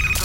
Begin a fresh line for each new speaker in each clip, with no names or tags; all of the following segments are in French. Tout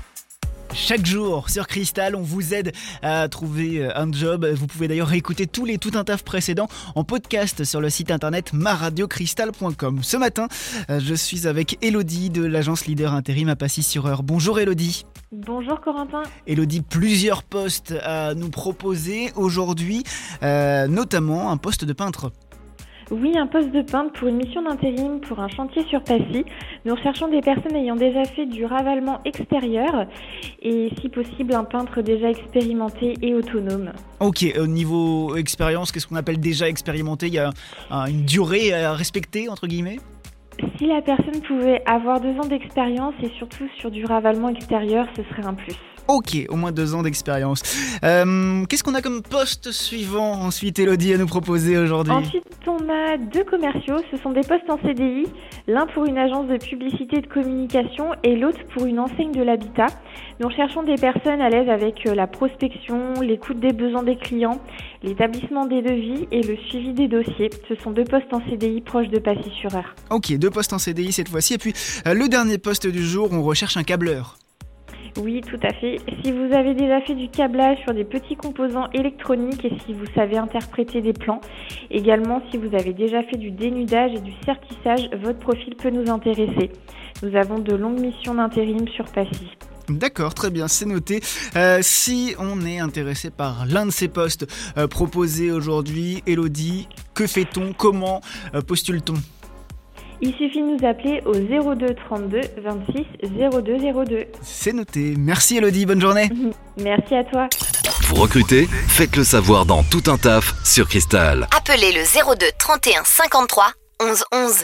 Chaque jour sur Cristal, on vous aide à trouver euh, un job. Vous pouvez d'ailleurs réécouter tous les tout un taf précédents en podcast sur le site internet maradiocristal.com. Ce matin, euh, je suis avec Elodie de l'agence leader intérim à Passy-sur-Eure. Bonjour Elodie.
Bonjour Corentin.
Elodie, plusieurs postes à nous proposer aujourd'hui, euh, notamment un poste de peintre.
Oui, un poste de peintre pour une mission d'intérim pour un chantier sur Passy. Nous recherchons des personnes ayant déjà fait du ravalement extérieur et si possible un peintre déjà expérimenté et autonome.
Ok, au niveau expérience, qu'est-ce qu'on appelle déjà expérimenté Il y a un- une durée à respecter, entre guillemets
Si la personne pouvait avoir deux ans d'expérience et surtout sur du ravalement extérieur, ce serait un plus.
Ok, au moins deux ans d'expérience. Euh, Qu'est-ce qu'on a comme poste suivant ensuite, Elodie, à nous proposer aujourd'hui
Ensuite, on a deux commerciaux. Ce sont des postes en CDI, l'un pour une agence de publicité et de communication et l'autre pour une enseigne de l'habitat. Nous recherchons des personnes à l'aise avec euh, la prospection, l'écoute des besoins des clients, l'établissement des devis et le suivi des dossiers. Ce sont deux postes en CDI proches de Passy-sur-Eure.
Ok, deux postes en CDI cette fois-ci. Et puis, euh, le dernier poste du jour, on recherche un câbleur.
Oui, tout à fait. Si vous avez déjà fait du câblage sur des petits composants électroniques et si vous savez interpréter des plans, également si vous avez déjà fait du dénudage et du sertissage, votre profil peut nous intéresser. Nous avons de longues missions d'intérim sur Passy.
D'accord, très bien, c'est noté. Euh, si on est intéressé par l'un de ces postes euh, proposés aujourd'hui, Elodie, que fait-on Comment euh, postule-t-on
Il suffit de nous appeler au 02 32 26 02 02.
C'est noté. Merci, Elodie, bonne journée.
Merci à toi.
Vous recrutez Faites le savoir dans Tout un taf sur Cristal.
Appelez le 02 31 53 11 11.